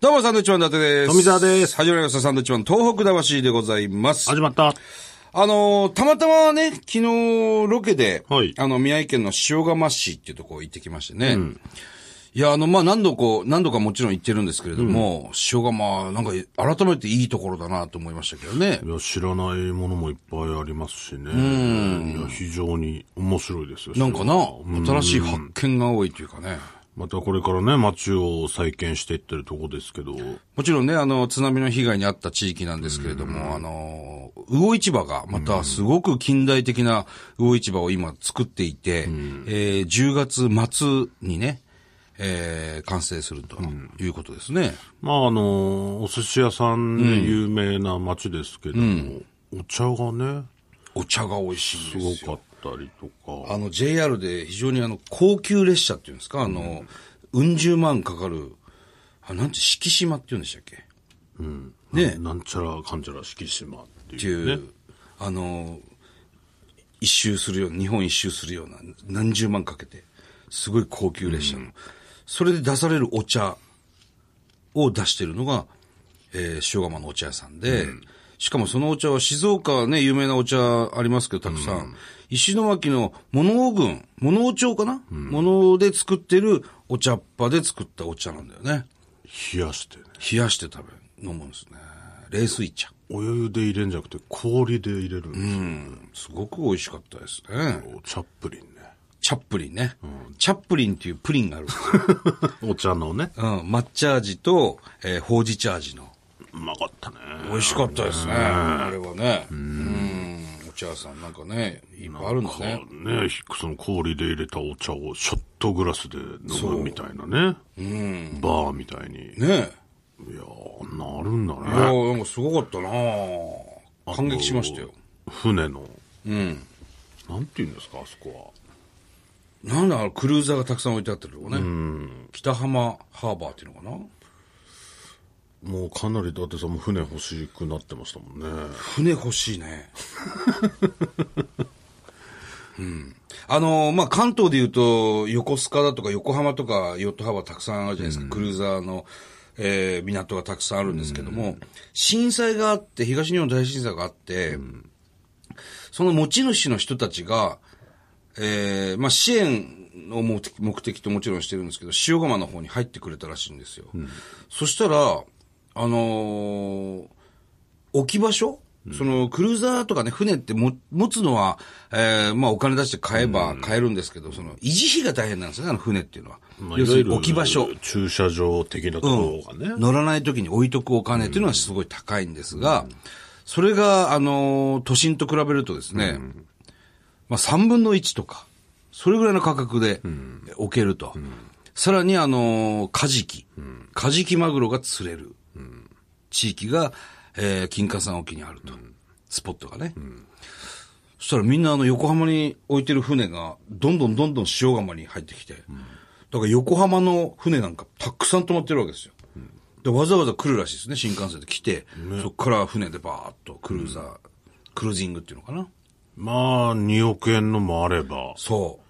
どうも、サンドウィッチマン伊達です。富澤です始まりました、サンドウィッチマン東北魂でございます。始まった。あのー、たまたまね、昨日、ロケで、はいあの、宮城県の塩釜市っていうとこ行ってきましてね。いや、あの、まあ、何度こう、何度かもちろん行ってるんですけれども、塩釜、なんか、改めていいところだなと思いましたけどね。いや、知らないものもいっぱいありますしね。うん。いや、非常に面白いですよ。なんかなうん、新しい発見が多いというかね。またこれからね、街を再建していってるとこですけど。もちろんね、あの、津波の被害に遭った地域なんですけれども、あの、魚市場が、またすごく近代的な魚市場を今作っていて、えー10月末にね、えー完成するということですね。まあ、あの、お寿司屋さんで有名な街ですけども、お茶がね、お茶が美味しいんすですごよ。かったりとか。あの、JR で非常にあの、高級列車っていうんですか、あの、うん十万かかる、あ、なんて、敷島って言うんでしたっけねななんちゃらかんちゃら敷島ってっていういね。う、あの、一周するような、日本一周するような、何十万かけて、すごい高級列車の、それで出されるお茶を出してるのが、えー、塩釜のお茶屋さんで、しかもそのお茶は静岡はね、有名なお茶ありますけど、たくさん。石巻の物尾郡、物尾町かな、物尾で作ってるお茶っ葉で作ったお茶なんだよね。冷やしてね。冷やして食べる、飲むんですね。冷水茶。お湯で入れんじゃなくて氷で入れるんですよ、すごく美味しかったですね。お茶っぷ りんね。チャップリンね。チャップリンっていうプリン があるんですよ。お茶のね。うん、抹茶味と、えーほうじ茶味の。うまかったね。美味しかったですね。あれはね。うん。お茶屋さんなんかね、いっぱいあるんだね。ね、その氷で入れたお茶をショットグラスで飲むみたいなね。バーみたいに。いねえ。やー、なるんだいやね。ーなんかすごかったなー感激しましたよ。船の。なんて言うんですか、あそこなんだあのクルーザーがたくさん置いてあったとこね。北浜ハーバーっていうのかなは。もうかなり伊達さんも船欲しくなってましたもんね。船欲しいね。 うん。あの、まあ、関東で言うと、横須賀だとか横浜とかヨットハーバーたくさんあるじゃないですか。クルーザーの、えー港がたくさんあるんですけども、震災があって、東日本大震災があって、その持ち主の人たちが、えーまあ、支援を目的目的ともちろんしてるんですけど、塩釜の方に入ってくれたらしいんですよ。そしたら、あのー置き場所、そのクルーザーとかね、船っても持つのは、えーまあお金出して買えば買えるんですけど、その維持費が大変なんですよね、あの船っていうのは。まあ要するに置き場。いわ所ゆ。る駐車場的なところがね。乗らない時に置いとくお金っていうのはすごい高いんですが、それが、あのー、都心と比べるとですね、まあ3分の1とか、それぐらいの価格で置けると。さらに、あのー、カジキ、カジキマグロが釣れる地域が、えー金華山沖にあると。スポットがね。そしたらみんなあの横浜に置いてる船が、どんどんどんどん塩釜に入ってきて、だから横浜の船なんかたくさん止まってるわけですよ。でわざわざ来るらしいですね、新幹線で来て、そこから船でバーっとクルーザー、クルージングっていうのかな。まあ、2億円のもあれば、そ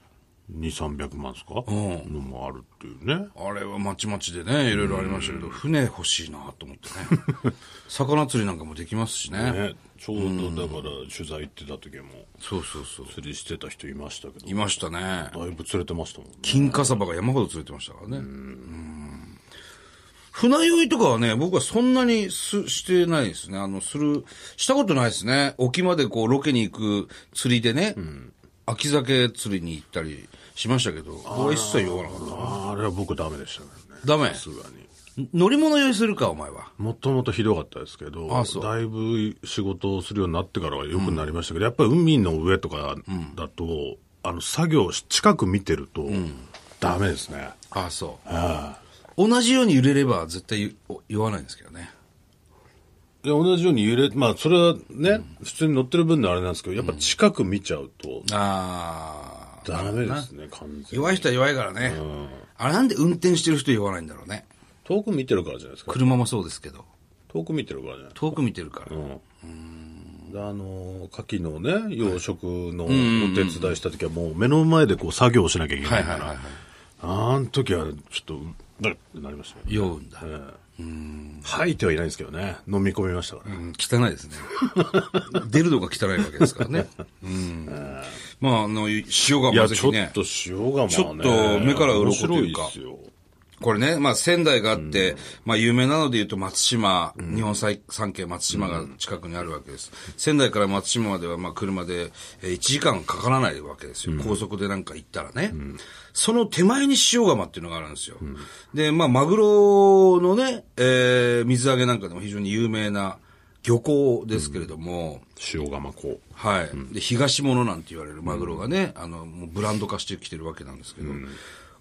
2、300万ですか、んのもあるっていうね。う。あれはまちまちでね、いろいろありましたけど、船欲しいなと思って ね。魚釣りなんかもできますしね。ね、ちょうどだから取材行ってた時もそうそうそう。釣りしてた人いましたけどいましたね。だいぶ釣れてましたもんね金華サバが山ほど釣れてましたからね。うん船酔いとかはね、僕はそんなにす、してないですね。あの、する、したことないですね。沖までこう、ロケに行く釣りでね、秋鮭釣りに行ったりしましたけど、ここは一切酔わなかっあれは僕ダメでしたねた。ダメさ。すがに乗り物酔いするか、お前は。もともとひどかったですけどあそうだいぶ仕事をするようになってからは良くなりましたけど、やっぱり海の上とかだと、あの作業し近く見てると、ダメですねああ、そう。同じように揺れれば絶対酔酔わないんですけどね。で同じように揺れまあそれはね、普通に乗ってる分のあれなんですけどやっぱ近く見ちゃうとああ。ダメですね、完全に弱い人は弱いからね。あれなんで運転してる人酔わないんだろうね。遠く見てるからじゃないですか車もそうですけど。遠く見てるからじゃない遠く見てるから。であの牡蠣のね養殖のお手伝いした時はもう目の前でこう作業しなきゃいけないかはら、いはいはいあの時はちょっとうっってなりましたよね酔うんだ。ええ吐いてはいないんですけどね。飲み込みましたから。うん汚いです ね。出るのが汚いわけですからね。うんまあ、あの、塩がいや、まちぜひょねっと。塩がまあね。ちょっと目から鱗というか面白いっすよこれね、まあ仙台があって、まあ有名なので言うと松島、日本最三景松島が近くにあるわけです。仙台から松島まではまあ車でえー1時間かからないわけですよ。高速でなんか行ったらね。その手前に塩釜っていうのがあるんですよ。で、まあマグロのね、えー水揚げなんかでも非常に有名な漁港ですけれども、塩釜こう。はい。で、東物なんて言われるマグロがね、あの、もうブランド化してきてるわけなんですけど、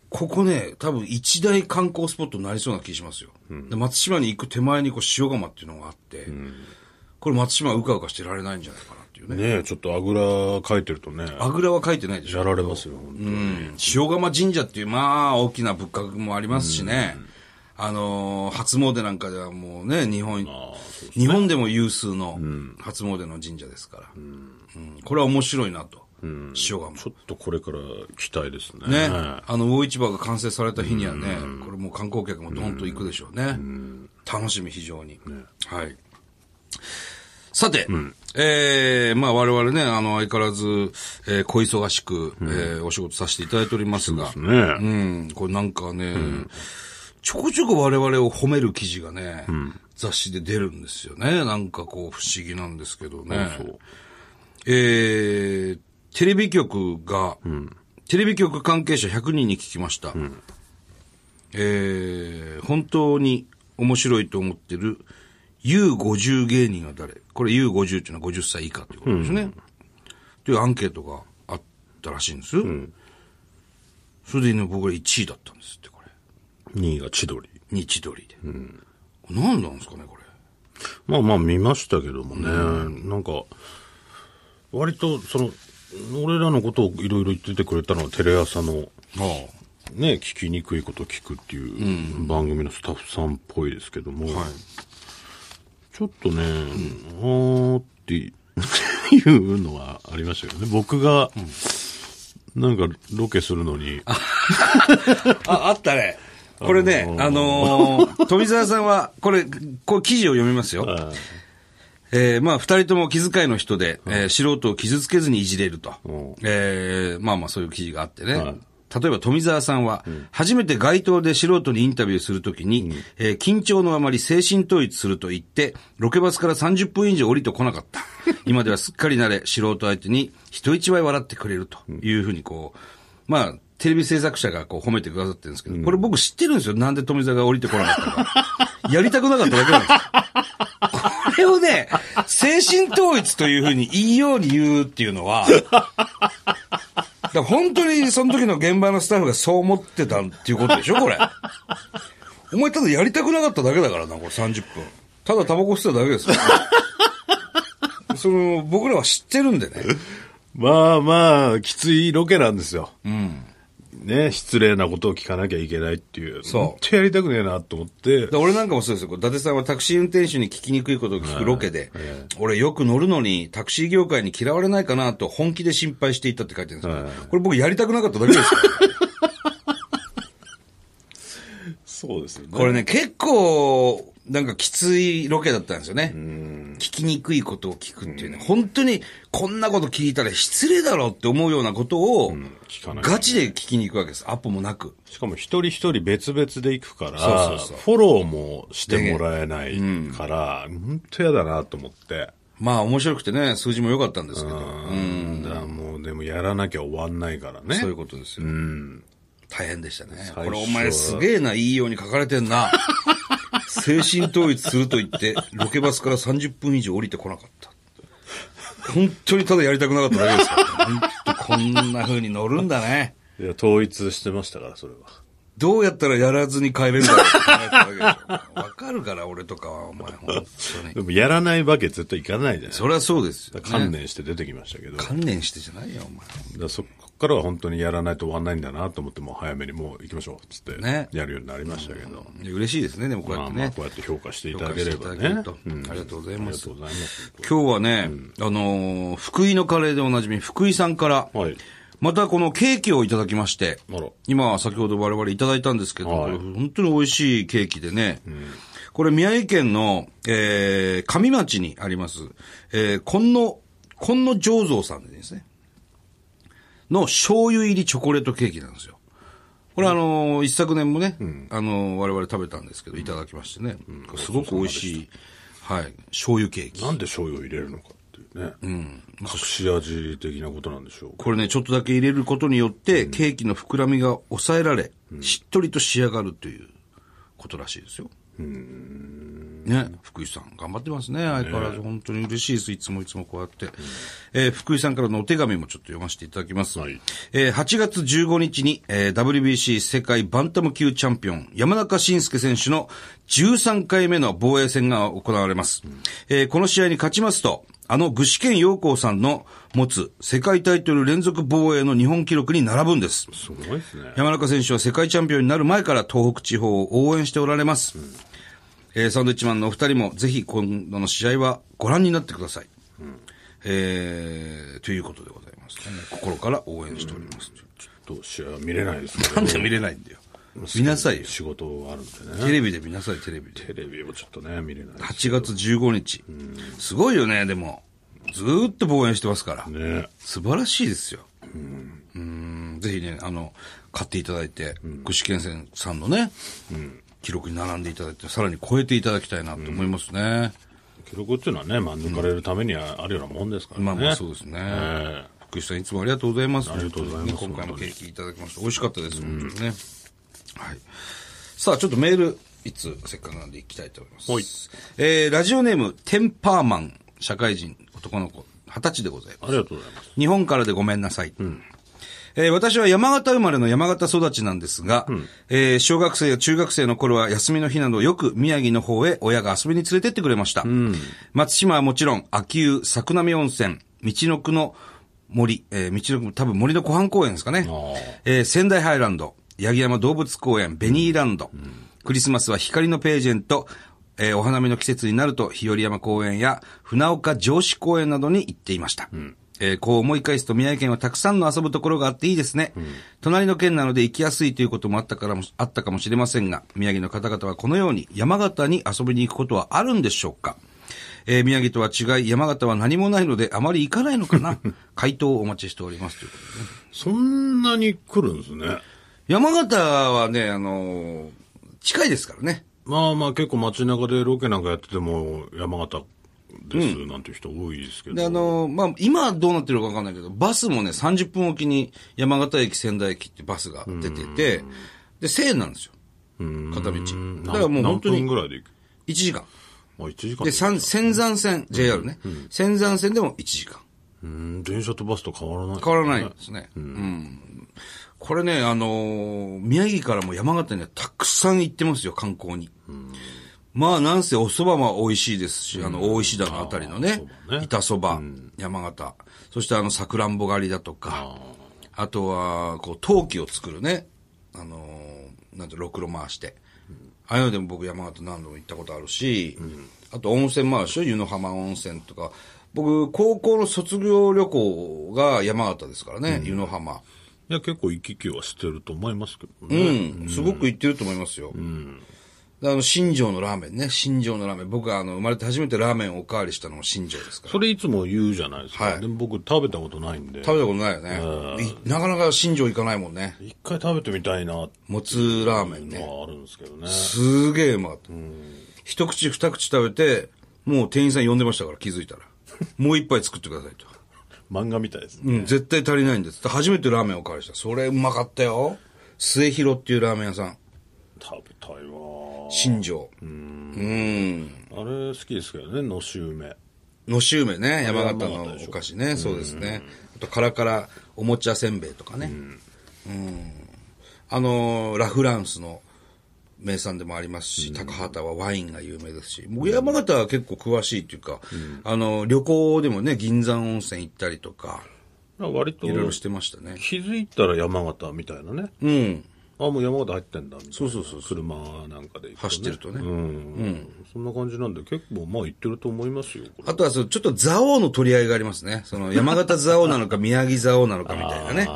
ここね、多分一大観光スポットになりそうな気しますよ。で松島に行く手前にこう塩釜っていうのがあって、これ松島はうかうかしてられないんじゃないかなっていうね。ねえ、ちょっとあぐらかいてるとね、あぐらは書いてないでしょ。やられますよ、本当にうん塩釜神社っていう、まあ、大きな仏閣もありますしね。あのー初詣なんかではもうね、日本、日本でも有数の初詣の神社ですから。うんこれは面白いなと。塩釜。ちょっとこれから期待ですね。ね、あの魚市場が完成された日にはね、これもう観光客もどんと行くでしょうね。楽しみ、非常に。はい。さて、えー、まあ我々ね、あの、相変わらず、えー小忙しく、えーお仕事させていただいておりますが、ねえうん、これなんかね、ちょこちょこ我々を褒める記事がね、雑誌で出るんですよね。なんかこう不思議なんですけどね。えー、テレビ局が、テレビ局関係者100人に聞きました。えー、本当に面白いと思ってる U50 芸人は誰これ U50 っていうのは50歳以下ということですね。というアンケートがあったらしいんですよ。それでね、僕ら1位だったんですって、これ。 2位が千鳥。に千鳥で。何なんですかね、これ。まあまあ見ましたけどもね、なんか、割とその、俺らのことをいろいろ言っててくれたのはテレ朝の、あね、聞きにくいことを聞くっていう番組のスタッフさんっぽいですけども、はいちょっとね、あーっていうのはありましたけどね、僕が、なんかロケするのに、あ、あったね。これね、あのー富澤さんは、これ、こう記事を読みますよ。あえーまあ、二人とも気遣いの人で、えー素人を傷つけずにいじれるとうん。えーまあまあ、そういう記事があってね。はい例えば富澤さんは、初めて街頭で素人にインタビューするときに、えー緊張のあまり精神統一すると言って、ロケバスから30分以上降りてこなか った。今ではすっかり慣れ、素人相手に人一倍笑ってくれるというふうにこう、まあ、テレビ制作者がこう褒めてくださってるんですけど、これ僕知ってるんですよ。なんで富澤が降りてこなかったか。 やりたくなかっただけ なんですよ。これをね、精神統一というふうに言いように言うっていうのは、だから本当にその時の現場のスタッフがそう思ってたっていうことでしょ、これ。お前ただやりたくなかっただけだからな、これ30分。ただタバコ吸ってただけですよ。その、僕らは知ってるんでね。まあまあ、きついロケなんですよ。ね、失礼なことを聞かなきゃいけないっていう。そう本当やりたくねえなと思ってで、俺なんかもそうですよ。伊達さんはタクシー運転手に聞きにくいことを聞くロケで、俺よく乗るのにタクシー業界に嫌われないかなと本気で心配していたって書いてるんですけど、これ僕やりたくなかっただけですよ。そうですよねこれね、結構、なんかきついロケだったんですよね。聞きにくいことを聞くっていうね。本当に、こんなこと聞いたら失礼だろうって思うようなことを、聞かないガチで聞きに行くわけです。アポもなく。しかも一人一人別々で行くから、そうそうそうフォローもしてもらえないから、本当嫌だなと思って。まあ面白くてね、数字も良かったんですけど、うん。だからもうでもやらなきゃ終わんないからね。そういうことですよ。大変でしたね。こはれお前すげえな、いいように書かれてんな。精神統一すると言って、ロケバスから30分以上降りてこなかった。本当にただやりたくなかっただけですから、本当こんな風に乗るんだね。いや、統一してましたから、それは。どうやったらやらずに帰れるんだろうって考えただけでしょ。わかるから、俺とかは、お前、本当に。でもやらないわけ絶対いかないじゃないそりゃそうですよ、観ね。念して出てきましたけど、だか観念してじゃないよ、お前。らそこからは本当にやらないと終わんないんだなと思って、もう早めにもう行きましょう、つって、ねやるようになりましたけど。いや嬉しいですね、でもこうやまっあてまあ、ねこ。うやって評価してい評た価だしてけいれたばだけねる。とうんありがとうございありまがすとう。ございます。今日はね、あのー福井のカレーでおなじみ、福井さんから、はい。またこのケーキをいただきまして、あら。今、先ほど我々いただいたんですけど、はこいれ本当に美味しいケーキでね、これ宮城県の、えー、上町にあります、えー、こんの、こんの醸造さんですね。の醤油入りチョコレートケーキなんですよ。これあのー一昨年もね、あのー我々食べたんですけど、いただきましてね。すごく美味しい、はい、醤油ケーキ。なんで醤油を入れるのかっていうね。隠し味的なことなんでしょうか。これね、ちょっとだけ入れることによって、ケーキの膨らみが抑えられ、しっとりと仕上がるということらしいですよ。ね、福井さん、頑張ってますね。相変わらず本当に嬉しいです。いつもいつもこうやって。えー福井さんからのお手紙もちょっと読ませていただきます。はいえー8月15日に、えー WBC 世界バンタム級チャンピオン、山中慎介選手の13回目の防衛戦が行われます。えーこの試合に勝ちますと、あの具志堅陽光さんの持つ世界タイトル連続防衛の日本記録に並ぶんです。すごいですね。山中選手は世界チャンピオンになる前から東北地方を応援しておられます。えーサンドイッチマンのお二人もぜひ今度の試合はご覧になってください。えーということでございます、ね。心から応援しております。ちょっと試合は見れないですけど なんで見れないんだよ。見なさいよ。仕事があるんでテね。レビで見なさい、テレビで。テレビをちょっとね、見れないです8月15日。すごいよね、でも。ずーっと防衛してますから。ね。素晴らしいですよ。うんぜひね、あの、買っていただいて、具志堅さんさんのね、記録に並んでいただいて、さらに超えていただきたいなと思いますね。記録っていうのはね、まあ、抜かれるためにはあるようなもんですからね。まあまあそうですね。ええ福士さんいつもありがとうございます。ありがとうございます本当にね今回もケーキいただきました。美味しかったです、本当にね。はい。さあ、ちょっとメール、いつ、せっかくなんでいきたいと思います。はいえー、ラジオネーム、テンパーマン、社会人、男の子、二十歳でございますありがとうございます。日本からでごめんなさい。えー私は山形生まれの山形育ちなんですが、えー小学生や中学生の頃は休みの日などよく宮城の方へ親が遊びに連れてってくれました。松島はもちろん、秋湯、作並温泉、道の区の森、えー道の区、多分森の湖畔公園ですかね。えー仙台ハイランド、八木山動物公園、ベニーランド、クリスマスは光のページェント、えーお花見の季節になると、日和山公園や船岡城址公園などに行っていました。えーこう思い返すと宮城県はたくさんの遊ぶところがあっていいですね。隣の県なので行きやすいということもあったからも、あったかもしれませんが、宮城の方々はこのように山形に遊びに行くことはあるんでしょうかえー宮城とは違い、山形は何もないので、あまり行かないのかな回答をお待ちしておりますということで。そんなに来るんですね。山形はね、あのー近いですからね。まあまあ結構街中でロケなんかやってても山形ですなんていう人多いですけど。で、あのーまあ、今はどうなってるかわかんないけど、バスもね、30分おきに山形駅、仙台駅ってバスが出てて、で、1000円なんですよ。片道。うんだからもう本当に何分ぐらいで行く1時間。まあ1時間で、三仙山線、JR ね。仙山線でも1時間。うん、電車とバスと変わらない。変わらないんですね。うん。これね、あのー宮城からも山形にはたくさん行ってますよ、観光に。まあ、なんせお蕎麦も美味しいですし、あの、大石田のあたりのねあー蕎麦、ね板蕎麦、山形。そしてあの、さくらんぼ狩りだとか、あとは、こう、陶器を作るね、あのーなんて、ろくろ回して。ああいうのでも僕山形何度も行ったことあるし、あと温泉もあるでしょ湯の浜温泉とか。僕、高校の卒業旅行が山形ですからね、湯の浜。いや、結構行き来はしてると思いますけどうね。ん、すごく行ってると思いますよ。であの、新庄のラーメンね、新庄のラーメン。僕はあの、生まれて初めてラーメンをおかわりしたのも新庄ですから。それいつも言うじゃないですか。はいでも僕食べたことないんで。食べたことないよね。いなかなか新庄行かないもんね。一回食べてみたいなってもつラーメンいうね。のはあるんですけどね。すげえうまかった。一口二口食べて、もう店員さん呼んでましたから気づい たら。もう一杯作ってくださいと。漫画みたいですね。うん、絶対足りないんです。初めてラーメンをおかわりした。それうまかったよ。末広っていうラーメン屋さん。食べたいわ。新庄。うん。あれ好きですけどね、のし梅。のし梅ね、山形山の形でしおょ菓子ね、そうですね。あと、カラカラおもちゃせんべいとかね。うん。あのーラ・フランスの名産でもありますし、高畑はワインが有名ですし、僕山形は結構詳しいというか、あの、旅行でもね、銀山温泉行ったりとか、割といろいろしてましたね。気づいたら山形みたいなね。うん。あ、もう山形入ってんだみたいな。そうそうそう車なんかで行くとね走ってるとねうん。そんな感じなんで、結構まあ行ってると思いますよ、これ。あとはその、ちょっと蔵王の取り合 いがありますね。その、山形蔵王なのか、宮城蔵王なのかみたいなね。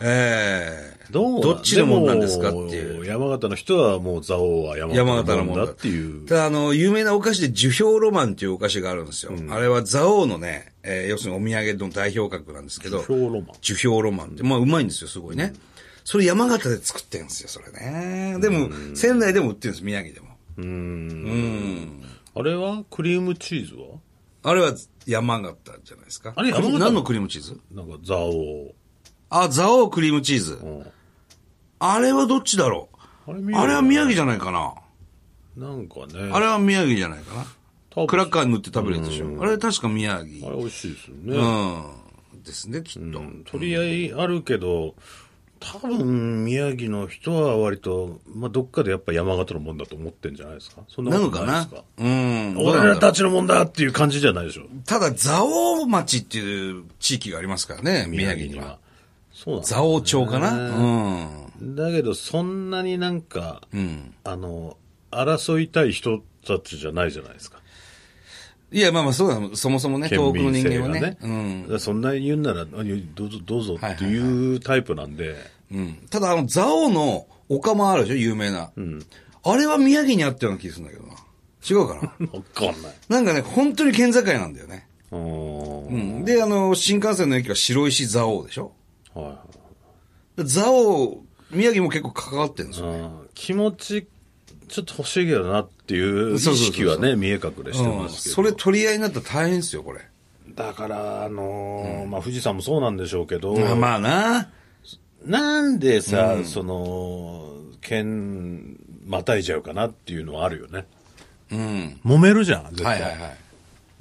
ええどどっちのもんなんですかっていうう。でも山形の人はもう、蔵王は山山形形ののももんんだだっていう。ただ、あの、有名なお菓子で樹氷ロマンっていうお菓子があるんですよ。あれは蔵王のね、えー要するにお土産の代表格なんですけど、樹氷ロマン樹氷ロマンって、まあうまいんですよ、すごいね。それ山形で作ってるんですよ、それね。でも、仙台でも売ってるんです、宮城でも。あれはクリームチーズはあれは山形じゃないですか。あれ山形何のクリームチーズなんか、蔵王。あ、蔵王クリームチーズ。うんあれはどっちだろあれう見あれは宮城じゃないかな。なんかね。あれは宮城じゃないか多分な。クラッカーに塗って食べるやつでしょ。あれ確か宮あ城。れ美味しいですよね。うん。ですね、きっと。取り合いあるけど、多分宮城の人は割と、まあ、どっかでやっぱ山形のもんだと思ってんじゃないですか。そんななのことかないなですか。うん。どう俺なんらだろたちのもんだっていう感じじゃないでしょ。うただ、蔵王町っていう地域がありますからね、宮城には。。そうなんだ蔵王町かなうん。だけど、そんなになんか、うん。あの、争いたい人たちじゃないじゃないですか。いや、まあまあ、そうだもん、そもそもね、県東北の民人性間がはね。ね。うんだからそんなに言うなら、あどうぞ、どうぞっていうタイプなんで、うん。ただ、あの、蔵王のお釜あるでしょ、有名な。あれは宮城にあったような気がするんだけどな。違うか なわかんない。なんかね、本当に県境なんだよね。う。うんん。で、あの、新幹線の駅が白石蔵王でしょはいはい。で蔵王、宮城も結構関わってるんですよ。うん気持ち、ちょっと欲しいけどなっていう意そうそうそうそう識はね、見え隠れしてうまん。すけど。それ取り合いになったら大変ですよ、これ。だから、あのーまあ、富士山もそうなんでしょうけど、まあまあな。なんでさ、その、県、またいじゃうかなっていうのはあるよね。うん。揉めるじゃん、絶は対。いはいはい。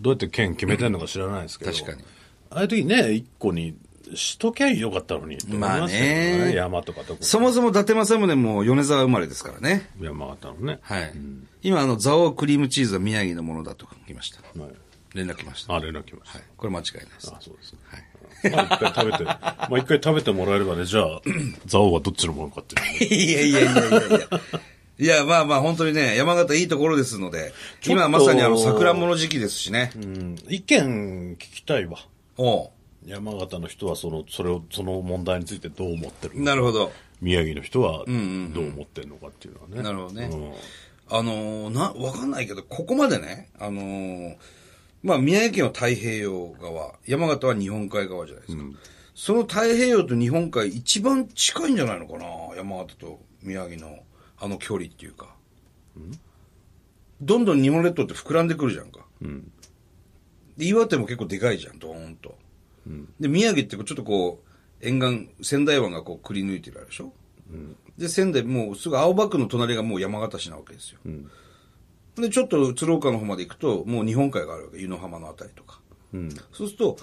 どうやって県決めてんのか知らないですけど。うん確かに。ああいう時ね、一個にしときゃよかったのにって思いますよね。まあね山とかとこそもそも伊達政宗も米沢生まれですからね。山形のね。はい。今、あの、蔵王クリームチーズは宮城のものだと来ました。はい。連絡来ました。あれな来ました。これ間違いないですあ。そうですね。はいまあ一回食べて、まあ一回食べてもらえればね、じゃあ、 蔵王はどっちのものかっていうのは ねいやいやいやいやいや。いや、まあまあ、本当にね、山形いいところですので、ちょっと今まさにあの、桜もの時期ですしね。 うん意見聞きたいわ。おう山形の人はその、それを、その問題についてどう思ってるのか。なるほど。宮城の人はどう思ってるのかっていうのはね。なるほどねうんあのーな、わかんないけど、ここまでね、あのーまあ、宮城県は太平洋側、山形は日本海側じゃないですか。その太平洋と日本海、一番近いんじゃないのかな山形と宮城の、あの距離っていうか。どんどん日本列島って膨らんでくるじゃんか。で岩手も結構でかいじゃん、ドーンと。で、宮城ってこうちょっとこう、沿岸、仙台湾がこうくり抜いてるあるでしょ、で、仙台、もうすぐ青葉区の隣がもう山形市なわけですよ。で、ちょっと鶴岡の方まで行くと、もう日本海があるわけ、湯の浜のあたりとか。そうすると、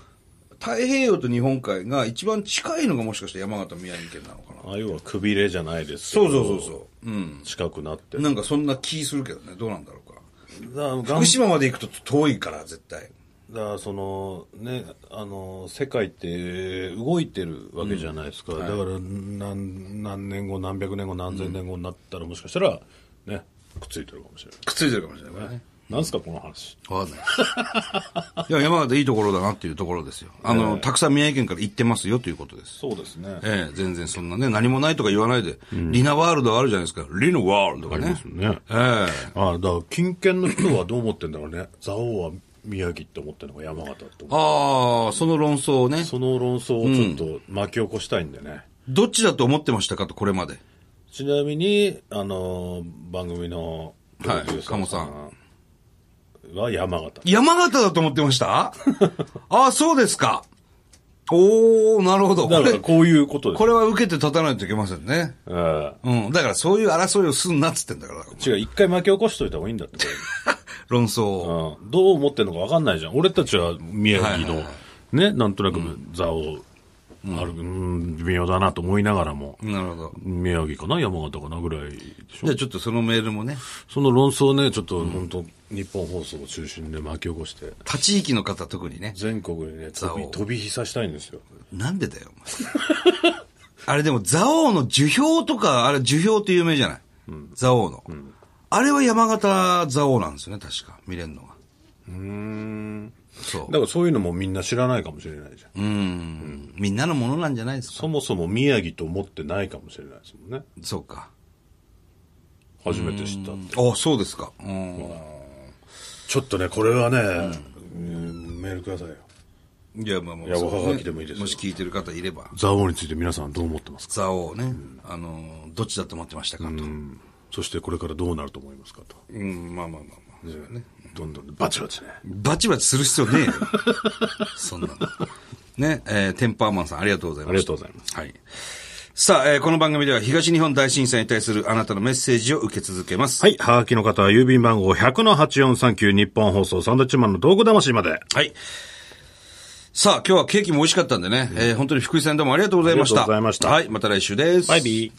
太平洋と日本海が一番近いのがもしかして山形、宮城県なのかな。ああいうはくびれじゃないですけそどうそうそうそう。うん。近くなって。なんかそんな気するけどね、どうなんだろうか。だから福島まで行くと遠いから、絶対。だからそのねあの世界って動いてるわけじゃないですか、だから何何年後何百年後何千年後になったらもしかしたらねくっついてるかもしれない、くっついてるかもしれないからね。なんすかこの話わかんない です。いや、山形いいところだなっていうところですよ。あの、たくさん宮城県から行ってますよということです。そうですねええ全然そんなね、何もないとか言わないで、リナワールドあるじゃないですか。リナワールドとかね。ねええあだから近県の人はどう思ってんだろうね蔵王は宮城って思ってるのか山形って思ってああ、その論争をね、その論争をちょっと巻き起こしたいんでね、どっちだと思ってましたかと、これまで。ちなみに、あの、番組のプロデューサーはんは山形。山形だと思ってました ああ、そうですか。おー、なるほど。こだかられ、こういうことです。これは受けて立たないといけませんね。えうん。だからそういう争いをすんなっつってんだから、え違う、一回巻き起こしといた方がいいんだって、こ論争を。れうんどう思ってんのか分かんないじゃん。俺たちは宮城はいはいのは、ね、なんとなく座を、ある、うん、微妙だなと思いながらも、なるほど。宮城かな山形かなぐらいでしじゃょあちょっとそのメールもね、その論争をね、ちょっと本当、日本放送を中心で巻き起こして、他地域の方特にね。全国にね、飛座び、を飛び火さしたいんですよ。なんでだよ、お前 あれでも、蔵王の樹氷とか、あれ樹氷って有名じゃない蔵王の。あれは山形蔵王なんですよね、確か。見れるのが。うん。そう。だからそういうのもみんな知らないかもしれないじゃん。うん。みんなのものなんじゃないですか。そもそも宮城と思ってないかもしれないですもんね。そうか。初めて知ったって。あそうですか。うん。ちょっとね、これはね、うんメールくださいよ。いや、まあもういやそうねおはがきでもいいですよもし聞いてる方いれば、ザオについて皆さんどう思ってますか座王ね、あの、どっちだと思ってましたかと。うん、そしてこれからどうなると思いますかと。まあまあまあまあ。どんどんバチバチね。バチバチする必要ねえよ。そんなの。ね、えーテンパーマンさんありがとうございました。。ありがとうございますはい。さあ、えーこの番組では東日本大震災に対するあなたのメッセージを受け続けます。はい。はがきの方は郵便番号100-8439日本放送サンドウィッチマンの道具魂まで。はい。さあ、今日はケーキも美味しかったんでね、えー本当に福井さんどうもありがとうございました。ありがとうございましたはい、また来週です。バイビー。